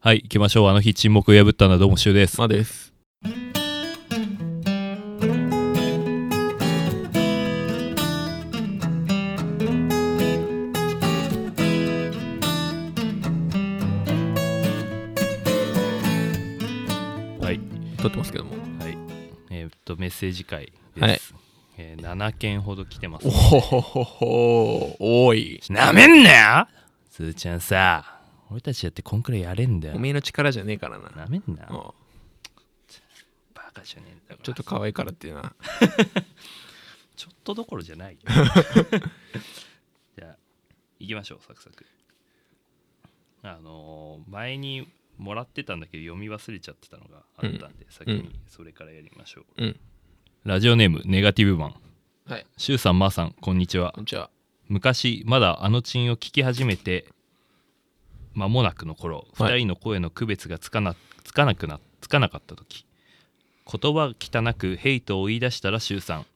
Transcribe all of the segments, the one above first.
はい、行きましょう。あの日沈黙を破ったのはどうもしゅうです。まあです。はい、撮ってますけども。はい、えーっとメッセージ会です。はいえー7件ほど来てますお。ほほほほ多い。なめんなよ。すーちゃんさ、俺たちだってこんくらいやれんだよお。めえの力じゃねえからな。なめんな。うんバカじゃねえんだから。ちょっと可愛いからっていうな。ちょっとどころじゃない よ。じゃあ行きましょう。サクサク。あのー前にもらってたんだけど読み忘れちゃってたのがあったんで、先うにんそれからやりましょう。うん。ラジオネームネガティブマン。はい。シュウさん、マーさん、こんにちはこん。にちは。昔、まだあのチンを聞き始めて間もなくの頃、はい2人の声の区別がつかなつかなくなつかなかった時、言葉汚くヘイトを言い出したらシュウさん、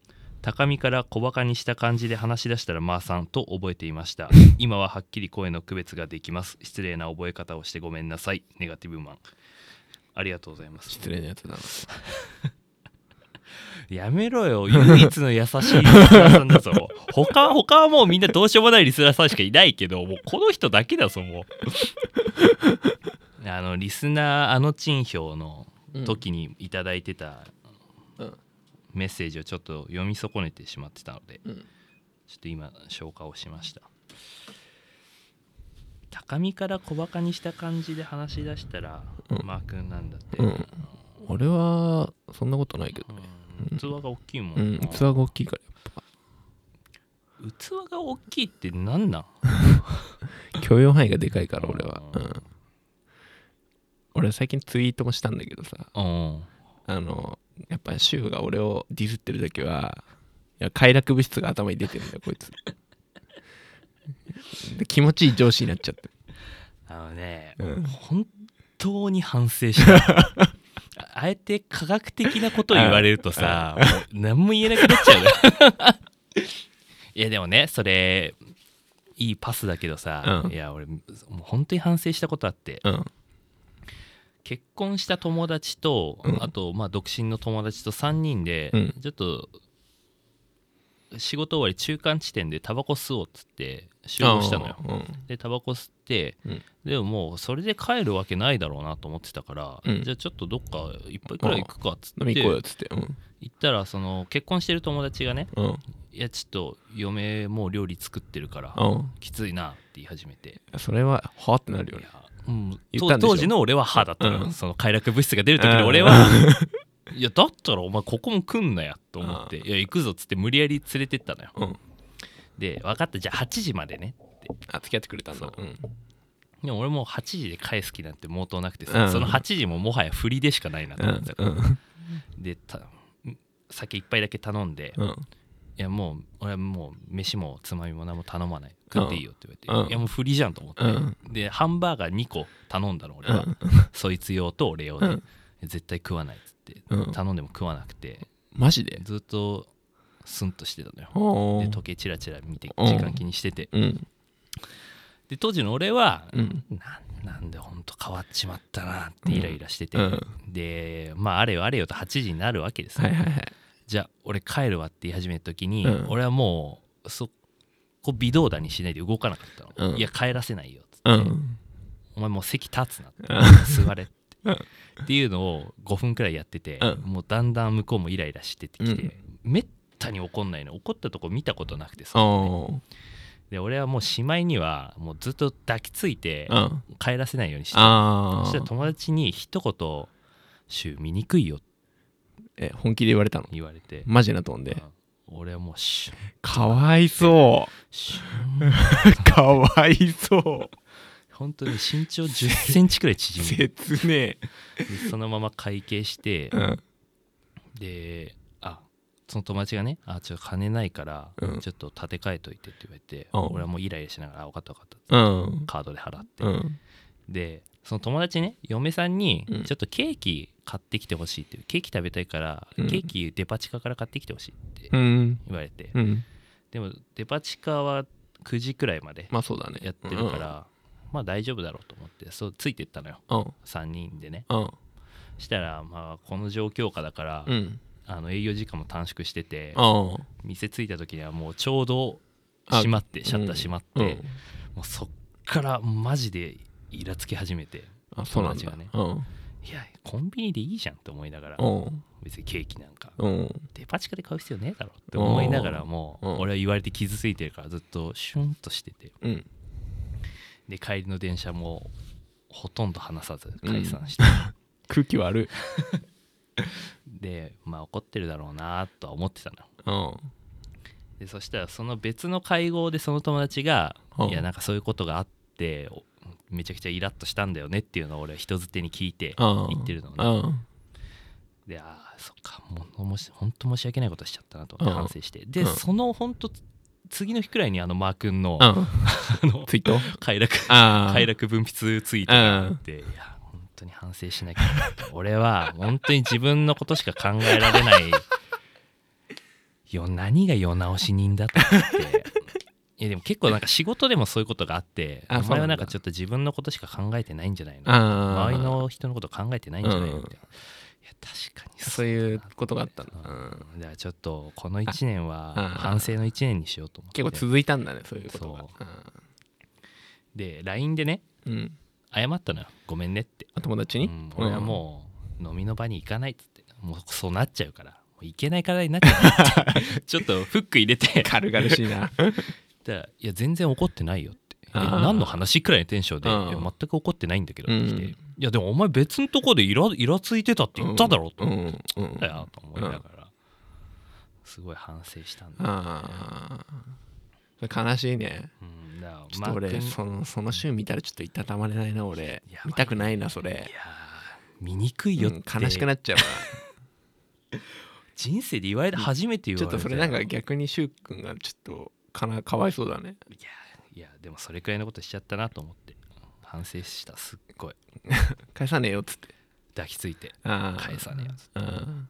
高みから小バカにした感じで話し出したらマーさんと覚えていました。今ははっきり声の区別ができます。失礼な覚え方をしてごめんなさい。ネガティブマン。ありがとうございます。失礼なやつだな。やめろよ。唯一の優しいリスナーさんだぞ。 他は、他はもうみんなどうしようもないリスナーさんしかいないけど、もうこの人だけだぞ、もう。 あの、リスナー、あの陳評の時にいただいてたうん。メッセージをちょっと読み損ねてしまってたので、うん。ちょっと今、消化をしました。高みから小バカにした感じで話し出したら、うんマー君なんだって。うん。俺は、そんなことないけどね。うん器が大きいもうんん。な。器が大きいから、やっ器が大きいってなんなんぱ。許容範囲がでかいから、俺は。ううんん。俺、最近ツイートもしたんだけどさ。うんあのやっぱ主婦が俺をディスってる時はいや快楽物質が頭に出てるんだよ こいつで気持ちいい上司になっちゃってあのね、うん本当に反省したあ あえて科学的なことを言われるとさもう何も言えなくなっちゃうね いやでもねそれいいパスだけどさ、うんいや俺もう本当に反省したことあってうん結婚した友達と、うんあとまあ独身の友達と3人で、うんちょっと仕事終わり中間地点でタバコ吸おうっつって集合したのようんでタバコ吸って、うんでももうそれで帰るわけないだろうなと思ってたから、うんじゃあちょっとどっか一杯くらい行くかっつって飲み行こうよっつってうん行ったらその結婚してる友達がねうん「いやちょっと嫁もう料理作ってるからうんきついな」って言い始めてそれははあってなるよいねや、うん、言っとたんでしょ当時の俺は歯だったのよ、うんその快楽物質が出る時の俺は「いやだったらお前ここも来んなや」と思って「ういや行くぞ」っつって無理やり連れてったのようんで「分かったじゃあ8時までね」あ付き合ってくれたんだそううんでも俺もう8時で返す気なんて毛頭なくてうさ、んその8時ももはや振りでしかないなとう思っんてたかうら、んでたん酒一杯だけ頼んで、ういんやもう俺はもう飯もつまみも何も頼まない食っていいよって言われて、うんいやもう振りじゃんと思って、うんでハンバーガー2個頼んだの俺は、そいつ用と俺用で、うん絶対食わないっつってうん頼んでも食わなくてマジでずっとスンとしてたのよおでー時計チラチラ見てうん時間気にしててうんで当時の俺はうんなんなんでほんと変わっちまったなってイライラしてて、うんでまああれよあれよと8時になるわけですよ、はいはいはいじゃあ俺帰るわって言い始めた時に、うん俺はもうそこ微動だにしないで動かなかったの、うんいや帰らせないよっつって、うんお前もう席立つなってうん座れって、うんっていうのを5分くらいやってて、うんもうだんだん向こうもイライラしててきて、うんめったに怒んないの怒ったとこ見たことなくてさおーで俺はもうしまいにはもうずっと抱きついてうん帰らせないようにしてたあそしたらー友達に一言「シュウ見にくいよ」ってえ本気で言われたの言われて、マジなトーンでうん俺はもう「シュンかわいそうシュン かわいそう。本当に身長1 0センチくらい縮んで切ねそのまま会計してえ。うん。であその友達がね「あちょっと金ないから、うんちょっと立て替えといて」って言われて、うん俺はもうイライラしながらあ「分かった分かった」うん。カードで払って、うん。でその友達ね嫁さんにう「んちょっとケーキ買ってきてほしい」ってケーキ食べたいから、うんケーキデパ地下から買ってきてほしいってうん。言われて、うん。でもデパ地下は9時くらいまでまあそうだね。やってるから、まあ大丈夫だろうと思ってそうついてったのようん3人でねうんしたらまあこの状況下だから、うんあの営業時間も短縮しててうん店着いた時にはもうちょうどあ閉まってシャッター閉まって、うんもうそっからマジでイラつき始めてあそうなん友だ達がねうんいやコンビニでいいじゃんって思いながらうん別にケーキなんかうんデパ地下で買う必要ねえだろって思いながらもうん俺は言われて傷ついてるからずっとシュンとしててうんで帰りの電車もほとんど話さず解散して、 空気悪いでまあ怒ってるだろうなとは思ってたのうんでそしたらその別の会合でその友達が、うんいやなんかそういうことがあっておめちゃくちゃイラッとしたんだよねっていうのを俺は人づてに聞いてうん言ってるのね、うんであーそっかもうもし本当申し訳ないことしちゃったなと思ってうん反省して、で、うんその本当次の日くらいにあのマー君の,、うんあ のツイート快楽ああ快楽分泌ツイートがあって、いや本当に反省しなきゃいけない俺は本当に自分のことしか考えられない よ何が世直し人だと思っていやでも結構なんか仕事でもそういうことがあってあお前はなんそうなんかだちょっと自分のことしか考えてないんじゃないのああ周りの人のこと考えてないんじゃないのみたいな、いや確かにそうういうことがあったんだだうな、んうん、だからちょっとこの1年はああ反省の1年にしようと思って結構続いたんだねそういうことがで LINE でねうんうん謝ったのよごめんねってあ友達にうん、俺はもう飲みの場に行かないっつってもうそうなっちゃうからもう行けない体になっちゃう ってちょっとフック入れてうん軽々しいな言ったらいや全然怒ってないよ」って「えあー何の話?」くらいのテンションでうんいや「全く怒ってないんだけど」って来て「うんいやでもお前別のとこでイライラついてたって 言っただろ」とう思っんうんたよと思いながらすごい反省したんだ,、ああ悲しいねうん、だからちょっとマー俺君そのその週見たらちょっといたたまれないな俺やばい見たくないなそいれやー醜いよっうんて、悲しくなっちゃうわ人生で言われて初めて言ちょっわれとたそれなんか逆にく君がちょっとかなかわいそうだねいやいやでもそれくらいのことしちゃったなと思って反省したすっごい返さねえよっつって抱きついてああ返さねえやつうん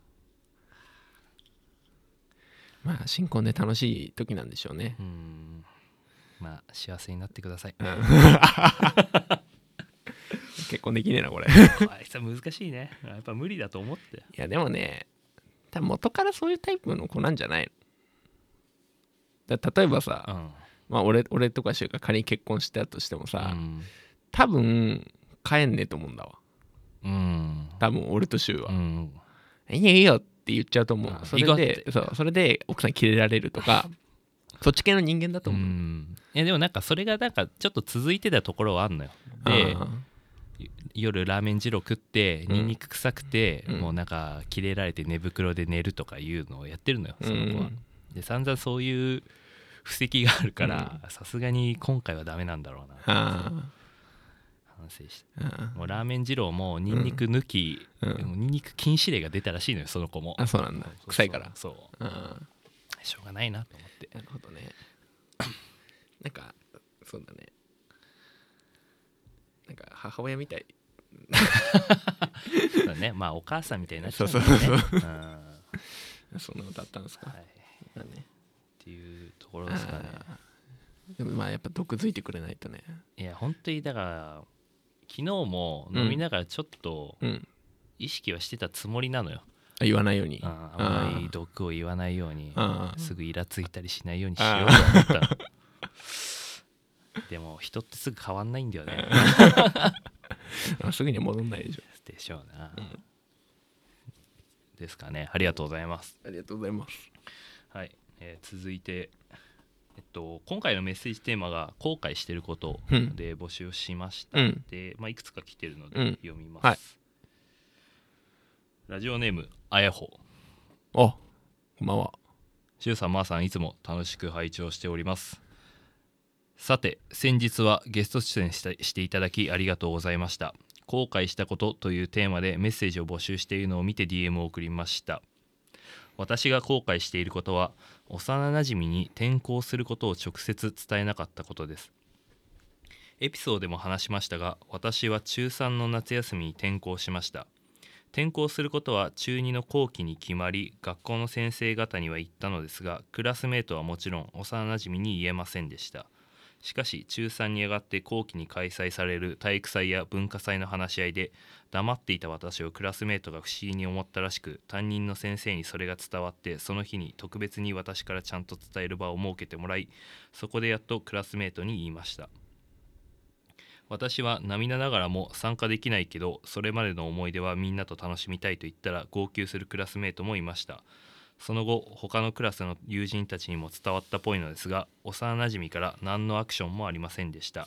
まあ新婚で楽しい時なんでしょうねうーんまあ幸せになってください結婚できねえなこれいあいつは難しいねやっぱ無理だと思ってやでもね多分元からそういうタイプの子なんじゃないのだ例えばさ、うんまあ、俺俺とか柊が仮に結婚したとしてもさ、うん多分帰んねえと思うんだわうん多分俺と柊はう、んいいよいいよって言っちゃうと思あうそいいかれっでてそうそれで奥さんにキレられるとかそっち系の人間だとう思う、んいやでもなんかそれがなんかちょっと続いてたところはあんのよであ夜ラーメン二郎食ってうんニンニク臭くて、うんもうなんかキレられて寝袋で寝るとかいうのをやってるのよーその子は、うんで散々そういう布石があるからさすがに今回はダメなんだろうなあ反省してーあもうラーメン二郎もニンニク抜き、うんでもニンニク禁止令が出たらしいのよその子もーあそうなんだ臭いからそうああしょうがないなと思ってなるほどね なんかそうだねなんか母親みたいそうだ ねまあお母さんみたいになっちゃうんだねそうそううんは そんなことあったんですい、か、っだねていうところですかねあーでもまあやっぱ毒づいてくれないとねいや本当にだから昨日も飲みながらちょっとうん意識はしてたつもりなのよ、あ言わないようにうんあんまり毒を言わないようにあーすぐイラついたりしないようにしようと思ったのでも人ってすぐ変わんないんだよね あすぐには戻んないでしょでしょうな、ですかねありがとうございますありがとうございますはい、えー続いてえっと今回のメッセージテーマが後悔してることうんで募集をしました、うんで、まあ、いくつか来てるのうんで読みます、はいラジオネームあやほあこんばんはしゅうさんまー、さんいつも楽しく拝聴しておりますさて先日はゲスト出演したしていただきありがとうございました後悔したことというテーマでメッセージを募集しているのを見て DM を送りました私が後悔していることは幼なじみに転校することを直接伝えなかったことですエピソードでも話しましたが私は中3の夏休みに転校しました転校することは中2の後期に決まり学校の先生方には言ったのですがクラスメートはもちろん幼なじみに言えませんでしたしかし中3に上がって後期に開催される体育祭や文化祭の話し合いで黙っていた私をクラスメートが不思議に思ったらしく担任の先生にそれが伝わってその日に特別に私からちゃんと伝える場を設けてもらいそこでやっとクラスメートに言いました私は涙ながらも参加できないけどそれまでの思い出はみんなと楽しみたいと言ったら号泣するクラスメートもいましたその後他のクラスの友人たちにも伝わったっぽいのですが幼馴染から何のアクションもありませんでした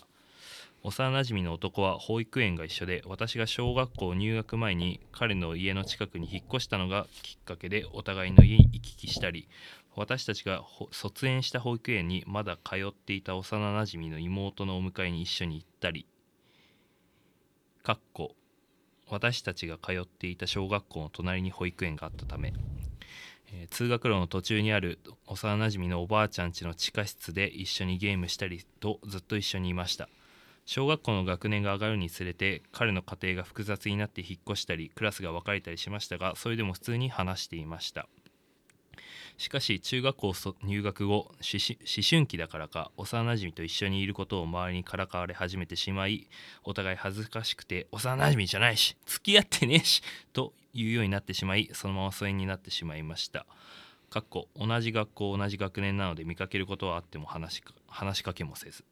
幼馴染の男は保育園が一緒で私が小学校入学前に彼の家の近くに引っ越したのがきっかけでお互いの家に行き来したり私たちがほ卒園した保育園にまだ通っていた幼馴染の妹のお迎えに一緒に行ったりかっこ私たちが通っていた小学校の隣に保育園があったためえー通学路の途中にある幼馴染のおばあちゃん家の地下室で一緒にゲームしたりとずっと一緒にいました小学校の学年が上がるにつれて彼の家庭が複雑になって引っ越したりクラスが分かれたりしましたがそれでも普通に話していましたしかし中学校そ入学後思春思春期だからか幼馴染と一緒にいることを周りにからかわれ始めてしまいお互い恥ずかしくて幼馴染じゃないし付き合ってねえしというようになってしまいそのまま疎遠になってしまいましたかっこ同じ学校同じ学年なので見かけることはあっても話しか話しかけもせず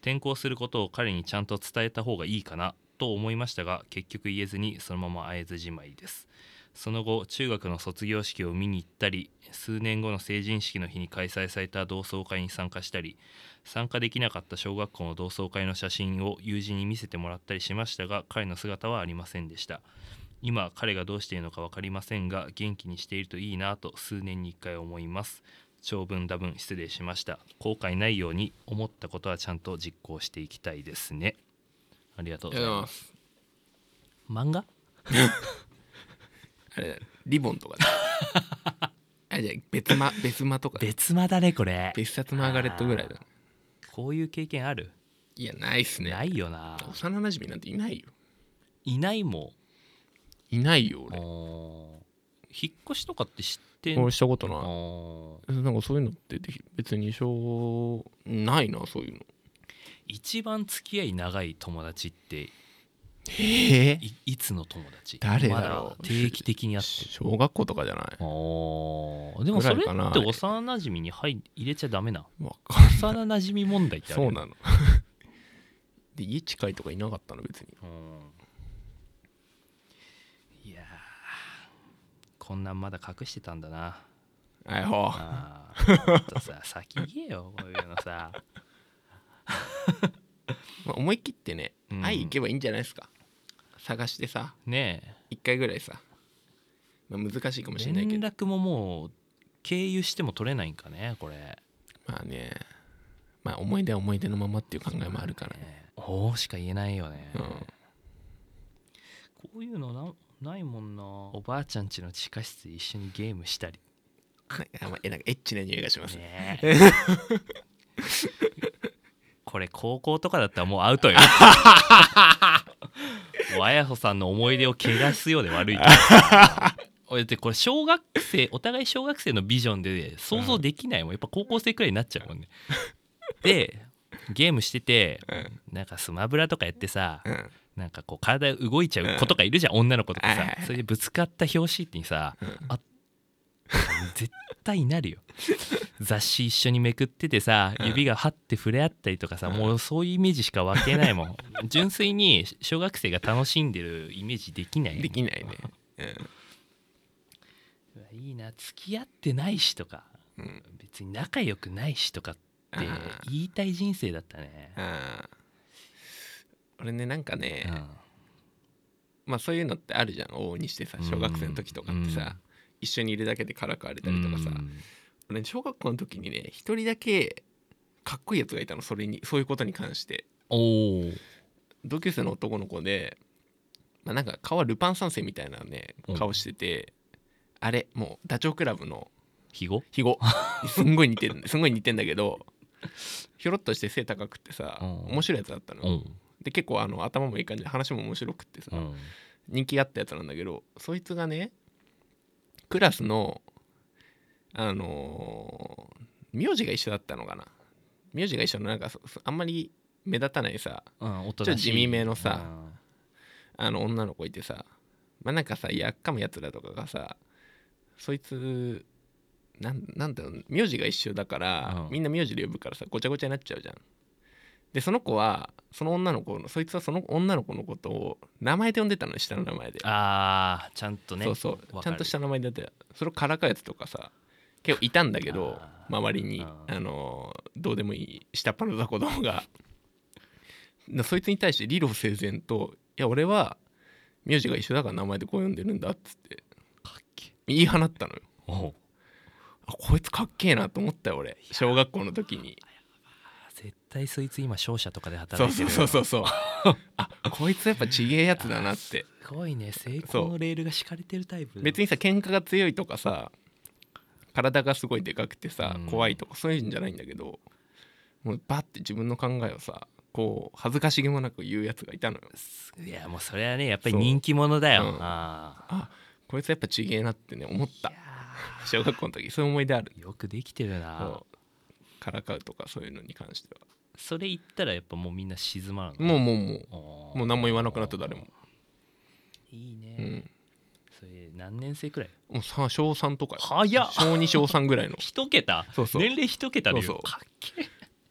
転校することを彼にちゃんと伝えた方がいいかなと思いましたが結局言えずにそのまま会えずじまいですその後中学の卒業式を見に行ったり数年後の成人式の日に開催された同窓会に参加したり参加できなかった小学校の同窓会の写真を友人に見せてもらったりしましたが彼の姿はありませんでした今彼がどうしているのか分かりませんが元気にしているといいなと数年に1回思います長文多文失礼しました後悔ないように思ったことはちゃんと実行していきたいですねありがとうございますす漫画あれリボンとかね あれじゃない別間別間とか別間だねこれ別冊マーガレットぐらいだなこういう経験あるいやないっすねないよな幼馴染なんていないよいないもいないよん俺おー引っ越しとかって知ってん俺したことないおーなんかそういうのってでき別に小ないなそういうの一番付き合い長い友達ってへえいいつの友達誰だろうま定期的に会ってる小学校とかじゃないおーでもそれぐらいかなって幼馴染に入入れちゃダメなわかんない幼馴染問題ってあるそうなの で家近いとかいなかったの別にうんいやーこんなんまだ隠してたんだなあいほあーちょっとさ先言えよこういうのさまあ、思い切ってね、うん会い行けばいいんじゃないですか探してさねえ一回ぐらいさ、まあ、難しいかもしれないけ連ど絡ももう経由しても取れないんかねこれまあねまあ思い出は思い出のままっていう考えもあるからね、ねおおしか言えないよね、うん、こういうのなないもんなおばあちゃん家の地下室で一緒にゲームしたりあまあえなんかエッチな匂いがしますねねえ これ高校とかだったらもうアウ トよわやほさんの思い出を汚すようで悪い と思うおいだってこれ小学生お互い小学生のビジョンで想像できないもんやっぱ高校生くらいになっちゃうもんねでゲームしててうんなんかスマブラとかやってさうんなんかこう体動いちゃう子とかいるじゃん女の子とかはいさはいはいそれでぶつかった表紙にさうん絶対な るよ雑誌一緒にめくっててさ指がはって触れ合ったりとかさ、もうそういうイメージしか分けないも ん純粋に小学生が楽しんでるイメージできないできないね、うわいいな付き合ってないしとかうんうん、別に仲良くないしとかってあー言いたい人生だったねあー俺ねなんかね、うんまあそういうのってあるじゃん往々にしてさ小学生の時とかってさ、うん一緒にいるだけでからかわれたりとかさ、うん俺ね小学校の時にね一人だけかっこいいやつがいたのそれにそういうことに関しておー同級生の男の子で、まあ、なんか顔はルパン三世みたいなねうん顔してて、あれもうダチョウ倶楽部の肥後肥 後すんごい似てるんすんごい似てんだけどひょろっとして背高くってさ、うん面白いやつだったの、うんで結構あの頭もいい感じで話も面白くってさ、うん人気あったやつなんだけどそいつがねクラスのあのー名字が一緒だったのかな名字が一緒のなんかそそあんまり目立たないさうん、おとちょなっとしい地味めのさあの女の子いてさまあなんかさやっかむやつらとかがさそいつなんなんだろう名字が一緒だから、うんみんな名字で呼ぶからさごちゃごちゃになっちゃうじゃんでその子はその女の子のそいつはその女の子のことを名前で呼んでたの下の名前で、うんあーちゃんとねそうそうわちかゃんるとした名前でやってたそれをからかうやつとかさ結構いたんだけどあー周りにあーあのーどうでもいい下っ端の雑魚どもがなそいつに対して理路整然と「いや俺は名字が一緒だから名前でこう呼んでるんだ」っつってかっけ言い放ったのよおうあこいつかっけえなと思ったよ俺小学校の時に絶対そいつ今商社とかでそ働ういてそるうそうそうう そうあこいつやっぱちげえやつだなってすごいね成功のレールが敷かれてるタイプ別にさ喧嘩が強いとかさ体がすごいでかくてさうん怖いとかそういうんじゃないんだけどもうバッて自分の考えをさこう恥ずかしげもなく言うやつがいたのよいやもうそれはねやっぱりそう人気者だよ、うんああこいつやっぱちげえなってね思っーたいや小学校の時そういう思い出あるーよくできてるなそうからかうとかそういうのに関してはそれ言ったらやっぱもうみんな静まるのもうもうもうももう何も言わなくなった誰もいいね、うんそれ何年生くらいもうさ小3とかよ早っ小2小3ぐらいのい一桁そうそう年齢一桁でよそうそうかっけえ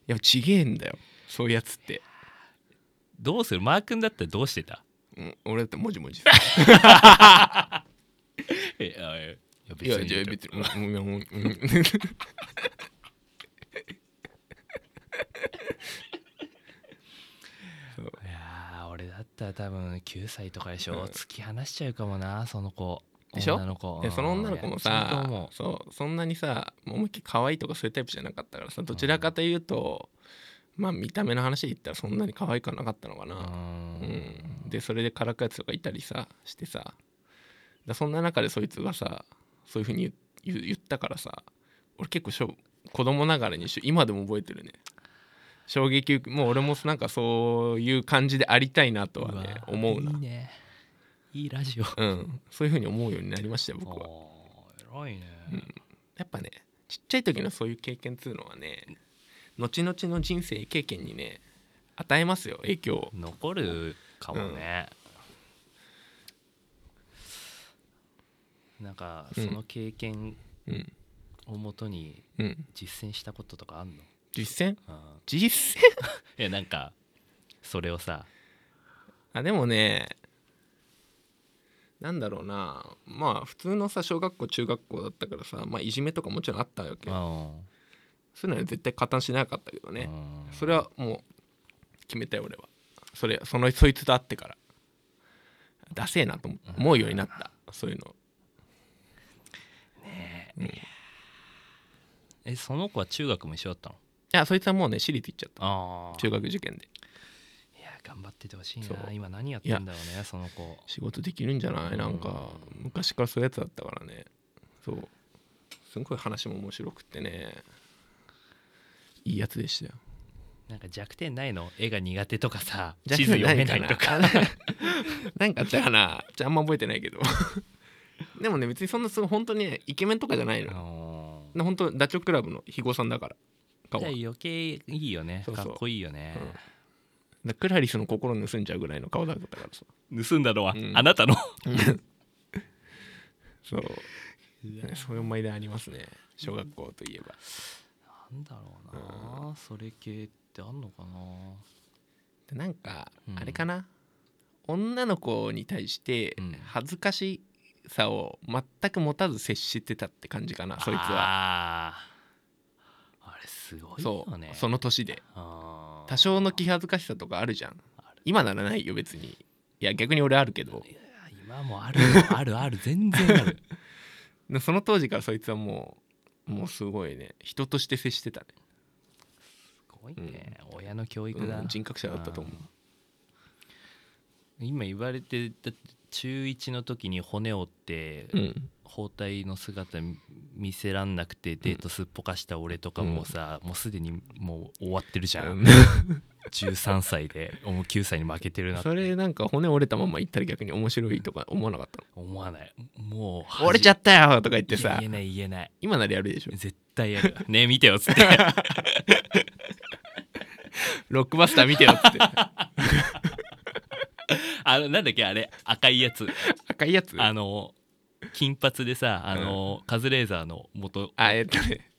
やちげえんだよそういうやつって、どうするマー君だったらどうしてたうん、俺だってもじもじするえあえいやいや、じゃあ別に。うんうんうんうんいやー俺だったら多分9歳とかでしょ、うん突き放しちゃうかもなその子でしょ女の子いやその女の子もさうんいやちゃんと思うそうそんなにさもう思いっきり可愛いとかそういうタイプじゃなかったからさどちらかというと、まあ見た目の話で言ったらそんなに可愛くはなかったのかうな、うんんでそれでからかうやつとかいたりさしてさだそんな中でそいつがさそういうふうに言言言ったからさ俺結構しょ子供ながらにし今でも覚えてるね衝撃受けもう俺もなんかそういう感じでありたいなとはねわ思うないいねいいラジオうん、そういうふうに思うようになりましたよ僕はおー偉いね、やっぱねちっちゃい時のそういう経験っつうのはね後々の人生経験にね与えますよ影響を残るかもね、なんかそうんの経験うんをもとにうん実践したこととかあんの、実践うん、実践 いやなんかそれをさあでもねなんだろうなまあ普通のさ小学校中学校だったからさまあいじめとかもちろんあったわけようんそういうのは絶対加担しなかったけどねうんそれはもう決めたよ俺はそれそのそいつと会ってからダセえなと思思うようになったそういうのえその子は中学も一緒だったのいやそいつはもうね私立行っちゃったああ中学受験でいや頑張っててほしいそうな今何やってんだろうねその子仕事できるんじゃないなんか昔からそういうやつだったからねそうすごい話も面白くってねいいやつでしたよなんか弱点ないの絵が苦手とかさじゃあ地図読めないとか何かななんかあったかなじゃああんま覚えてないけど でもね別にそんなすごい本当にねイケメンとかじゃないのうんな本当ダチョウ倶楽部の肥後さんだから顔じはゃあ余計いいよねそうそうかっこいいよね、だクラリスの心盗んじゃうぐらいの顔だったからさ盗んだのは、うんあなたの そうねそういう思い出ありますね小学校といえばなんだろうな、それ系ってあんのかなでなんかうんあれかな、女の子に対してうん恥ずかしさを全く持たず接してたって感じかなそいつははあれすごいそよねうその年であー多少の気恥ずかしさとかあるじゃんある今ならないよ別にいや逆に俺あるけどいや今もあるよあるある全然ある でその当時からそいつはもうもうすごいね人として接してたね、すごいね、親の教育だ、うん人格者だったと思う今言われてだって中1の時に骨折って、うん包帯の姿見見せらんなくてデートすっぽかした俺とかもさ、もうすでにもう終わってるじゃん、13歳でもう9歳に負けてるなって それなんか骨折れたまま行ったら逆に面白いとか思わなかった思わないもうの折れちゃっったよとか言ってさ言えない言えない今ならやるでしょ絶対やるね見てよっつってロックバスター見てよっつってあのなんだっけあれ赤いやつ赤いやつあの金髪でさあの、カズレーザーの元あえっとね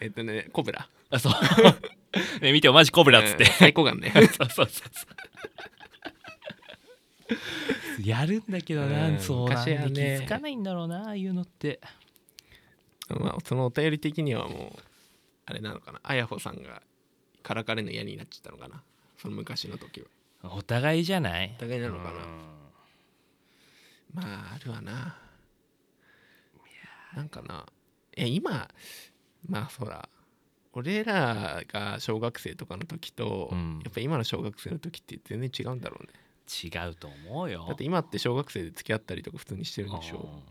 えっとねコブラあそう ね見てよマジコブラっつってうん最高がんねそうそうそうそう。 やるんだけどな、うんそうなん昔はでね気づかないんだろうな、ああいうのって。まあそのお便り的にはもうあれなのかなあやほさんがからかれの嫌になっちゃったのかなその昔の時はお互いじゃないお互いなのかなうんまああるわななんかないや今まあそら俺らが小学生とかの時と、うんやっぱ今の小学生の時って全然違うんだろうね違うと思うよ。だって今って小学生で付き合ったりとか普通にしてるんでしょ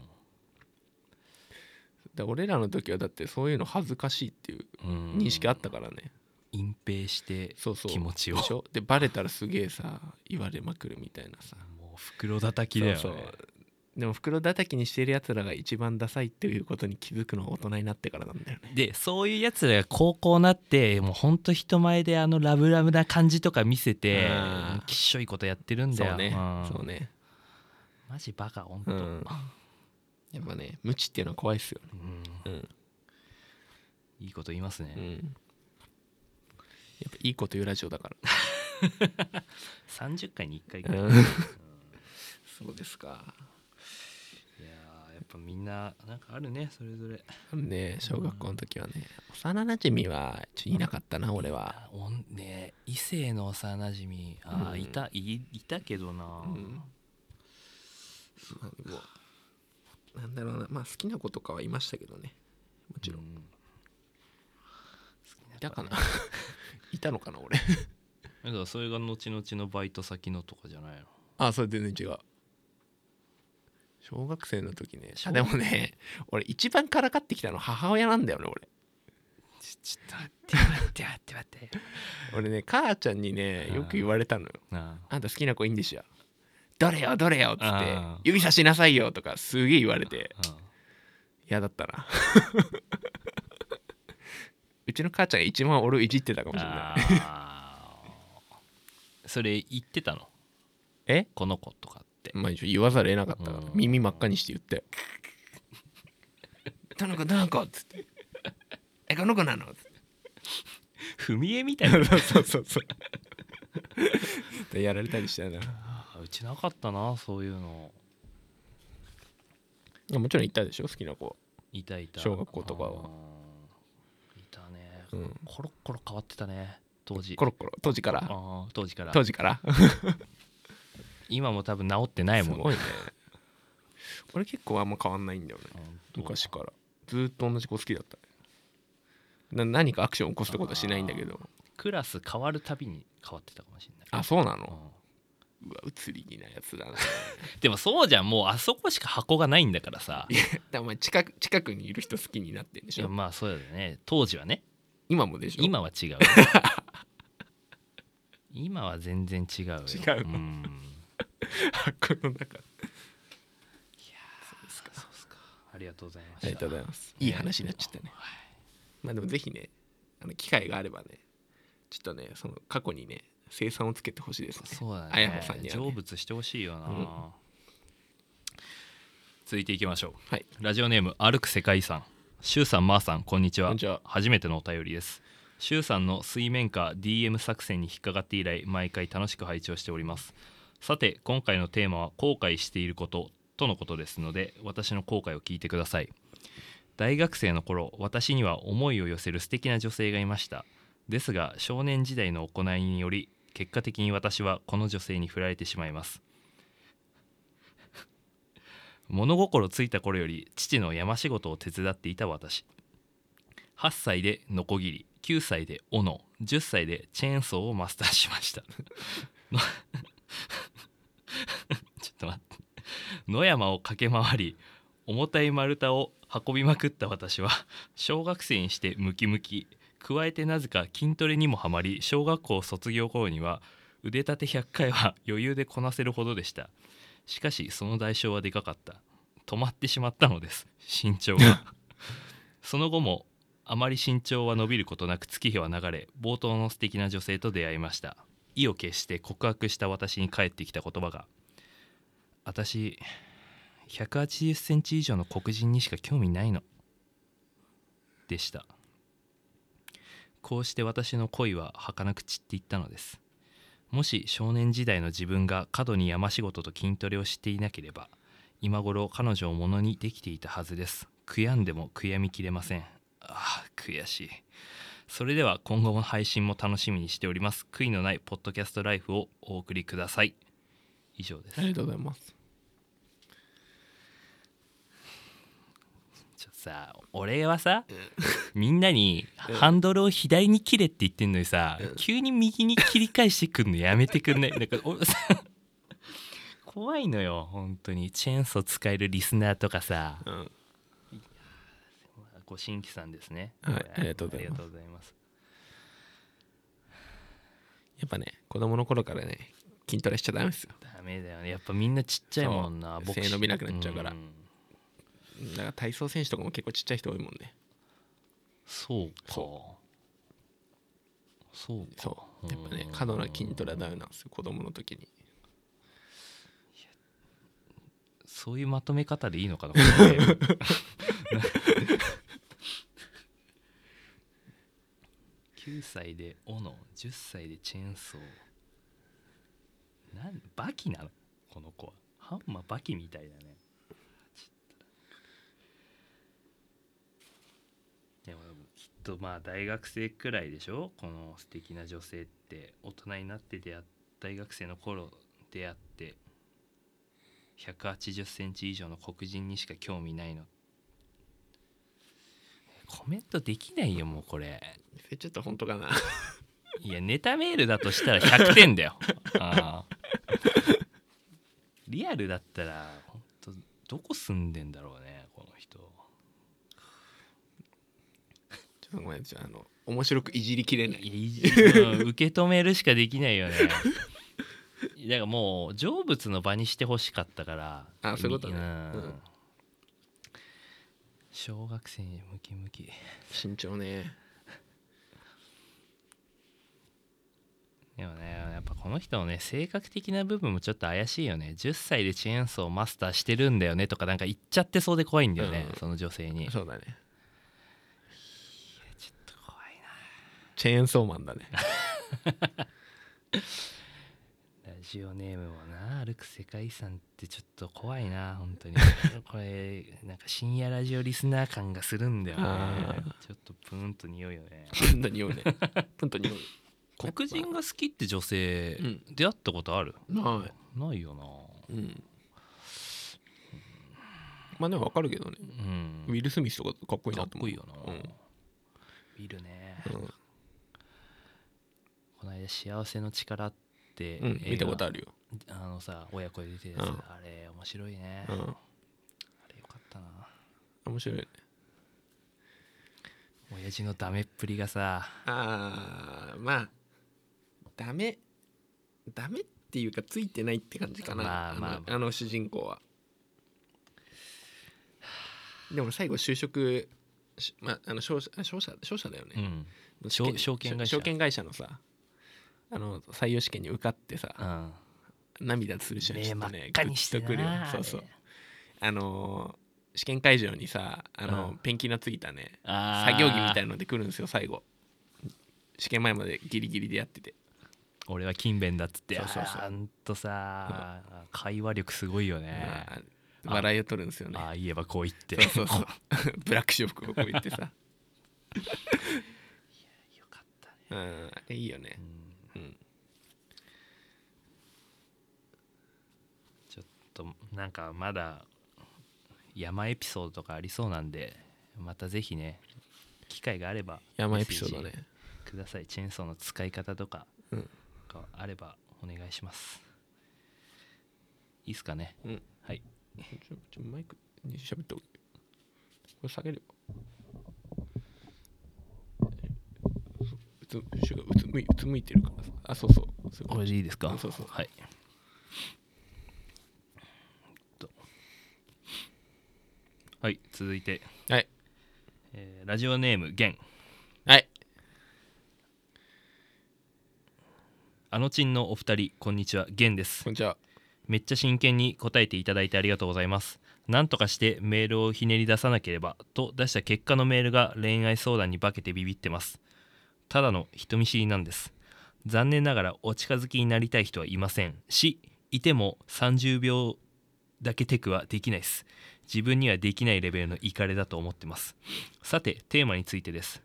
で俺らの時はだってそういうの恥ずかしいっていううん認識あったからね、隠蔽してそうそう気持ちをでしょでバレたらすげえさ言われまくるみたいなさもう袋叩きだよ、ね、そうそうでも袋叩きにしてるやつらが一番ダサいっていうことに気づくのは大人になってからなんだよねでそういうやつらが高校になってもうほんと人前であのラブラブな感じとか見せてうんもうきっしょいことやってるんだそようねんそうねマジバカほんうと、んやっぱね無知っていうのは怖いっすよねうんうん、いいこと言いますね、うん、やっぱいいこと言うラジオだか 30回に1回ぐら、らい、ういん、そうですかやーやっぱみんななんかあるねそれぞれね小学校の時はね幼なじみはちょっといなかったな俺は、あおんね異性の幼馴染みあー、うんいたいいたけどな、うんまあでもなんだろうなまあ好きな子とかはいましたけどねもちろん、うんいたかな いたのかな俺だからそれが後々のバイト先のとかじゃないのあそれ全然違う小学生の時ねあでもね俺一番からかってきたの母親なんだよね俺ちちょっと待って待って待って待って俺ね母ちゃんにねうんよく言われたのよなああんた好きな子いいんでしょどれよどれよっつってうん指差しなさいよとかすげえ言われてうん嫌だったな うちの母ちゃんが一番俺をいじってたかもしれないあーそれ言ってたのえこの子とかってまあ一応言わざるを得なかったからうん耳真っ赤にして言 って「田中田中」っつって「えこの子な の?」っつって踏み絵みた いなそうそうそうでやられたりしたなあーうちなかったなそういうのもちろんいたでしょ好きな子いたいた小学校とかはうんいたね、うんコロッコロ変わってたね当時コロコロ当時からあー当時から当時から今も多分治ってない すもんごいね俺結構あんま変わんないんだよね本当昔からずーっと同じ子好きだったな何かアクション起こすってことはしないんだけどクラス変わるたびに変わってたかもしれないあそうなうのんうわ移り気なや つだなでもそうじゃんもうあそこしか箱がないんだからさいやだからお前近く近くにいる人好きになってんでいしやょまあそうだよね当時はね今もでしょ 今は違う今は全然違うよ違うのん箱の中あそうっすかありがとうございましたりがとうございますいい話になっちゃったねはいまあでもぜひねあの機会があればねちょっとねその過去にね生産をつけてほしいですねそうだねあやほさんにはね成仏してほしいよな、うん続いていきましょうはいラジオネーム歩く世界遺産シュウさんマーさんこんにちはこんにちは初めてのお便りですシュウさんの水面下 DM 作戦に引っかかって以来毎回楽しく拝聴しておりますさて今回のテーマは後悔していることとのことですので私の後悔を聞いてください大学生の頃私には思いを寄せる素敵な女性がいましたですが少年時代の行いにより結果的に私はこの女性に振られてしまいます物心ついた頃より父の山仕事を手伝っていた私8歳でノコギリ9歳で斧10歳でチェーンソーをマスターしました のちょっと待って野山を駆け回り重たい丸太を運びまくった私は小学生にしてムキムキ加えてなぜか筋トレにもハマり小学校卒業頃には腕立て100回は余裕でこなせるほどでしたしかしその代償はでかかった止まってしまったのです身長がその後もあまり身長は伸びることなく月日は流れ冒頭の素敵な女性と出会いました意を決して告白した私に返ってきた言葉が「私1 8 0ンチ以上の黒人にしか興味ないの」でしたこうして私の恋は儚く散っていったのですもし少年時代の自分が過度に山仕事と筋トレをしていなければ今頃彼女をものにできていたはずです悔やんでも悔やみきれませんああ悔しいそれでは今後も配信も楽しみにしております悔いのないポッドキャストライフをお送りください以上ですありがとうございますちょっとさ俺はさみんなにハンドルを左に切れって言ってんのにさ、急に右に切り返してくんのやめてくんない なんかおさ怖いのよ本当にチェーンソー使えるリスナーとかさうんご新規さんですねはいこれありがとうござあいますりがとうございますやっぱね子供の頃からね筋トレしちゃダメですよダメだよねやっぱみんなちっちゃいもんなそうボクシング背伸びなくなっちゃうからんだから体操選手とかも結構ちっちゃい人多いもんねそうかそそうかそうやっぱねうん過度な筋トレはダメなんですよ子供の時にそういうまとめ方でいいのかなこれ 9歳で斧10歳でチェーンソーなんバキなのこの子はハンマーバキみたいだねでもきっとまあ大学生くらいでしょこの素敵な女性って大人になって出会っ大学生の頃出会って1 8 0ンチ以上の黒人にしか興味ないのコメントできないよもうこれそれちょっと本当かないやネタメールだとしたら100点だよああリアルだったら本当どこ住んでんだろうねこの人ちょっとごめんちょっとあの面白くいじりきれないいやいじうん受け止めるしかできないよねだからもう成仏の場にしてほしかったからあそういうことねんうん小学生にムキムキ慎重ねでもねやっぱこの人のね性格的な部分もちょっと怪しいよね10歳でチェーンソーをマスターしてるんだよねとかなんか言っちゃってそうで怖いんだよね、うんその女性にそうだねちょっと怖いチェーンソーマンだねなラジオネームもな歩く世界遺産ってちょっと怖いな本 当にこれなんか深夜ラジオリスナー感がするんだよねあーちょっとプーンと匂いよねプンと匂うねプンと匂う黒人が好きって女性、うん出会ったことあるなないよないうんまあでも分かるけどねうんウィル・スミスとかかっこいいかなっと思こういいよな、うん見るね、うんこの間「幸せの力」って、うん、見たことああるよ、るあのさ親子で出てるやつ、うんあれ面白いね、うあん、れよかったな面白いね親父のダメっぷりがさあーまあダメダメっていうかついてないって感じかな、まあまあのあの主人公はでも最後就職しまああの商社あ商社商社だようね、んの証証試験券会社証券会社のさあの採用試験に受かってさ、うん涙するシーン目ちょっ真とっね赤にしてグッとくるよねなそうそうあれあのー試験会場にさあの、うんペンキのついたねあー作業着みたいので来るんですよ最後試験前までギリギリでやってて俺は勤勉だっつってそうそうそあうーほんとさ、会話力すごいよね、まあ笑いを取るんですよねああ言えばこう言ってそうそう そうブラックショップをこう言ってさよかったね、うんあれいいよねうんうんちょっとなんかまだ山エピソードとかありそうなんでまたぜひね機会があれば山エピソードメねッセジくださいチェーンソーの使い方とかうんがあればお願いしますいいっすかねうんはいちょちょマイクに喋っておくこれ下げるうつうつうつむいうつむいてるからさあそうそうそういうここれでいいですかそうそうはいとはい続いてとはいえーラジオネームゲンはいあのちんのお二人こんにちはゲンですこんにちはめっちゃ真剣に答えていただいてありがとうございます。なんとかしてメールをひねり出さなければと出した結果のメールが恋愛相談に化けてビビってます。ただの人見知りなんです。残念ながらお近づきになりたい人はいませんし、いても30秒だけテクはできないです。自分にはできないレベルのイカレだと思ってます。さて、テーマについてです。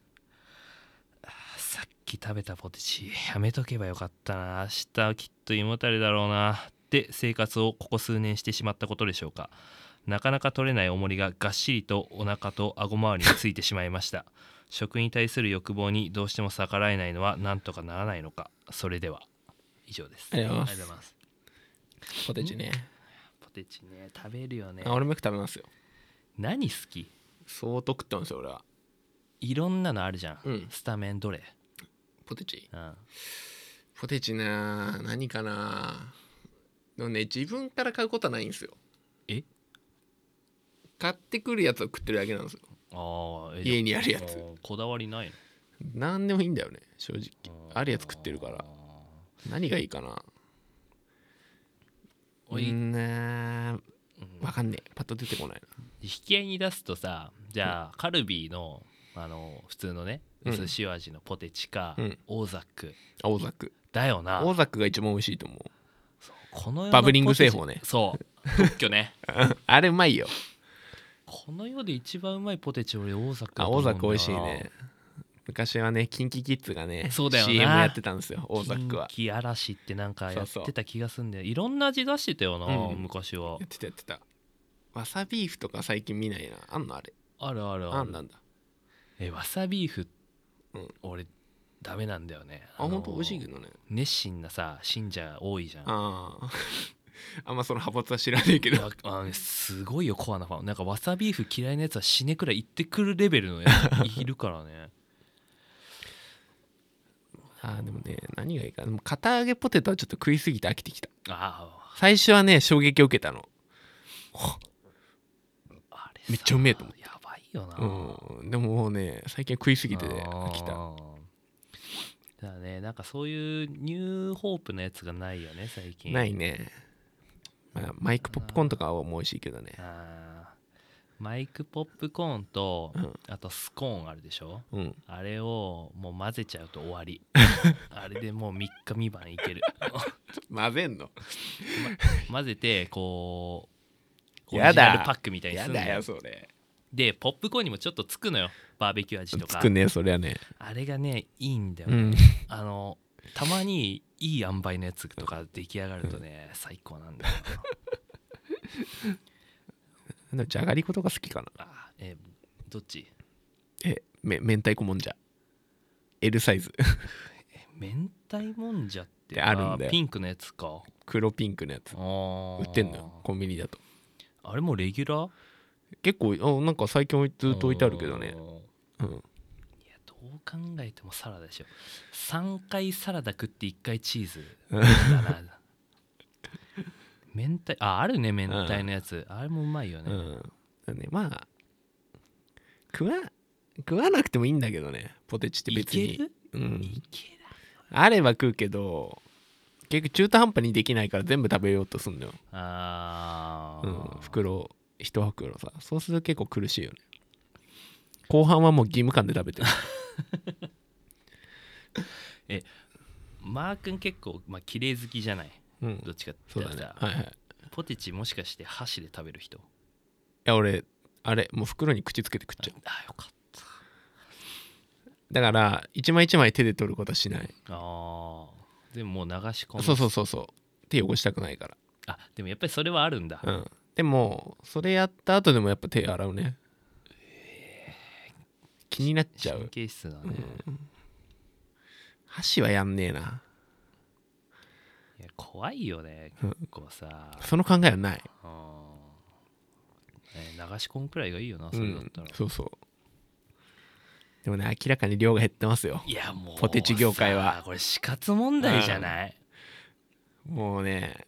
あーさっき食べたポテチやめとけばよかったな明日きっと胃もたれだろうなって生活をここ数年してしまったことでしょうかなかなか取れない重りががっしりとお腹と顎周りについてしまいました 食に対する欲望にどうしても逆らえないのはなんとかならないのかそれでは以上ですありがとうございありますがとうございますポテチねポテチね食べるよねあ俺もよく食べますよ何好き相当食ってますよ俺はいろんなのあるじゃん、うんスタメンどれ、ポテチうん、ポテチな何かなでもね自分から買うことはないんですよえ買ってくるやつを食ってるだけなんですよあーえ家にあるやつあーこだわりないの何でもいいんだよね正直あるやつ食ってるからあ何がいいかなーおい、うーんねうんわかんねえパッと出てこない引き合いに出すとさじゃあカルビーのあの普通のねうん薄塩味のポテチか、うんオーザックなオーザックだよなオーザックが一番美味しいと思う この世のバブリング製ポ法テチねそう特許ね あれうまいよこの世で一番うまいポテチ俺オーザックだあと思うオーんザだック美味しいね昔はねキンキキッズがねそうだよな CM やってたんですよオオーザックはキ嵐ってなんかやっそうそてうた気がすんだよいろんな味出してたよな、うん昔はやってたやってたわさビーフとか最近見ないなあんのあれあるあるああんるなんだえわさビーフ、うん俺ダメなんだよねあのー本当美味しいけどね熱心なさ信者多いじゃんああ あんまその派閥は知らねえけいやどあのねすごいよコアなファンなんかわさビーフ嫌いなやつは死ねくらい言ってくるレベルのやつ いるからねあーでもね何がいいかでも片揚げポテトはちょっと食いすぎて飽きてきたあ最初はね衝撃を受けたのああれさめっちゃうめえと思やばいよな、うんでももうね最近食いすぎてねあー飽きただからねなんかそういうニューホープのやつがないよね最近ないね、まあ、マイクポップコーンとかはもう美味しいけどねあーマイクポップコーンと、うんあとスコーンあるでしょうんあれをもう混ぜちゃうと終わ りあれでもう3日3晩いける混ぜんの混ぜてこうオリやジだナルパックみたいにすやるんだだよよそれでポップコーンにもちょっとつくのよバーベキュー味とつかくねそりゃねあれがねいいんだよ、うねんあのたまにいい塩梅のやつとか出来上がるとね、最高なんだよなでもじゃがりことか好きかなあえどっちえめ明太子もんじゃ L サイズ 明太もんじゃってあるんだよピンクのやつか黒ピンクのやつあー売ってんのよコンビニだとあれもうレギュラー結構あなんか最近置いずっと置いてあるけどねあーうんいやどう考えてもサラダでしょ3回サラダ食って1回チー ズうんだな明太ああるね明太のやつ、あれもうまいようね、んだからねまあ食わ食わなくてもいいんだけどねポテチってい別けにるうんいけるあれば食うけど結局中途半端にできないから全部食べようとすんのよ、あうー、ん、袋一袋さそうすると結構苦しいよね後半はもう義務感で食 べてるマー君結構、まあ、綺麗好きじゃないうんどっちかってそ言うっだたらさねはいはいいポテチもしかして箸で食べる人や俺あれもう袋に口つけて食っちゃうあよかっだから一枚一枚手で取ることはしないたあーでももう流し込むそうそうそうそう手汚したくないからあでもやっぱりそれはあるんだ、うんでもそれやった後でもやっぱ手洗うね気になっちゃ神う経質だね、箸はやんねえないや怖いよねうん結構さ、その考えはないうんね流し込むくらいがいいよなそれだったら、うん、そうそうでもね明らかに量が減ってますよいやもうポテチ業界はさこれ死活問題じゃない、もうね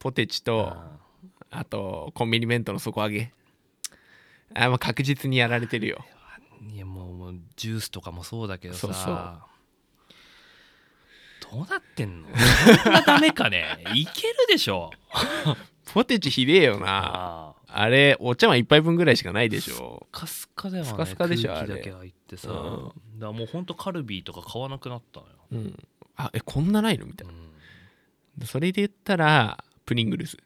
ポテチうとんあとコンビニ弁当の底上げあまあ確実にやられてるよいやもうジュースとかもそうだけどさそうどうなってんのそんなダメか ねいけるでしょポテチひでえよなあああれお茶碗一杯分ぐらいしかないでしょカスカだよねスカスカでしょ空気あれだけ入ってさ、うんだからもうほんとカルビーとか買わなくなったのよ、うんあえこんなないのみたういんなそれで言ったらプリングルス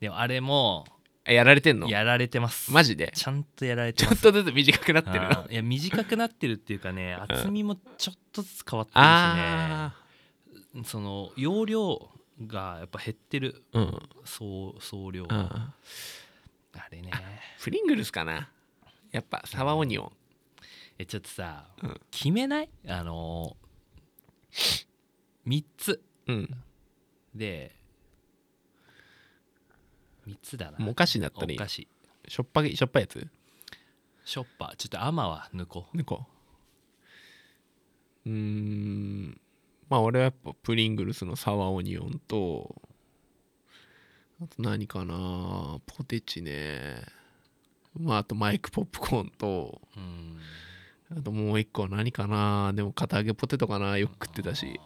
でもあれもあやられてんのやられてますマジでちゃんとやられてちょまっすとずつ短くなってるなあーいや短くなってるっていうかねうん厚みもちょっとずつ変わってあるしねその容量がやっぱ減ってるーうん総総量うあんれねプリングルスかなやっぱサワーオニオンえちょっとさうん決めないあの3つうんで3つだなもうお菓子だったおり菓子しょっぱいしょっぱいやつしょっぱちょっと甘は抜こう抜こううーんまあ俺はやっぱプリングルスのサワーオニオンとあと何かなポテチねまああとマイクポップコーンとうんあともう一個は何かなでも片揚げポテトかなよく食ってたし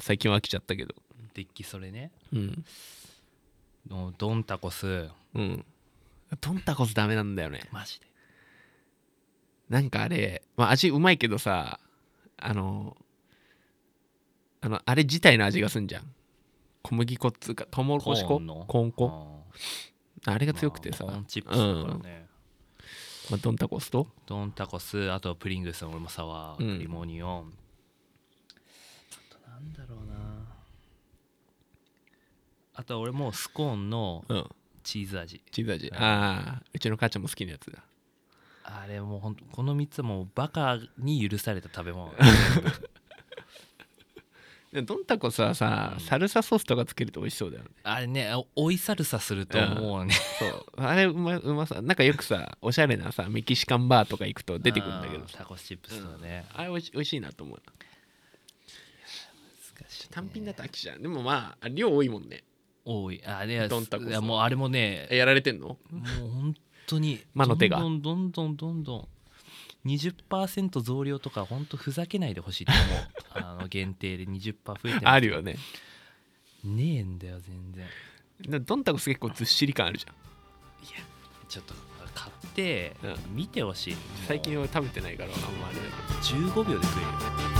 最近は飽きちゃったけどデッキそれねうんのドンタコスうんトンタコスダメなんだよねマジでなんかあれ、まあ、味うまいけどさあのあのあれ自体の味がすんじゃん小麦粉っつうかトウモロコシコー粉コンのーン粉うんあれが強くてさ、まあコーンチップうスだからんね、まあ、ドンタコスとドンタコスあとプリングスの俺もサワうーんリモニオン、あとなんだろうなあとは俺もうスコーンのうんチーズ味チーズ味、んああうちの母ちゃんも好きなやつだあれもうほんとこの3つはもうバカに許された食べ 物でドンタコスはさ、うんサルサソースとかつけると美味しそうだよねあれね追いサルサするともうねそうあれうまうまさなんかよくさおしゃれなさメキシカンバーとか行くと出てくるんだけどあータコスチップスのね、あれ美味し美味しいなと思う難しいね単品だと飽きちゃうでもまあ量多いもんね多いあれやドンタコスいやもうあれもねえやられてんのもう本当に魔の手がどんどんどんどんどんどん20%増量とか本当ふざけないでほしいと思 うあの限定で20%増えてますあるよねねえんだよ全然なドンタコス結構ずっしり感あるじゃんちょっと買ってう見てほしい、もう最近は食べてないからあんまあれだけど15秒で食える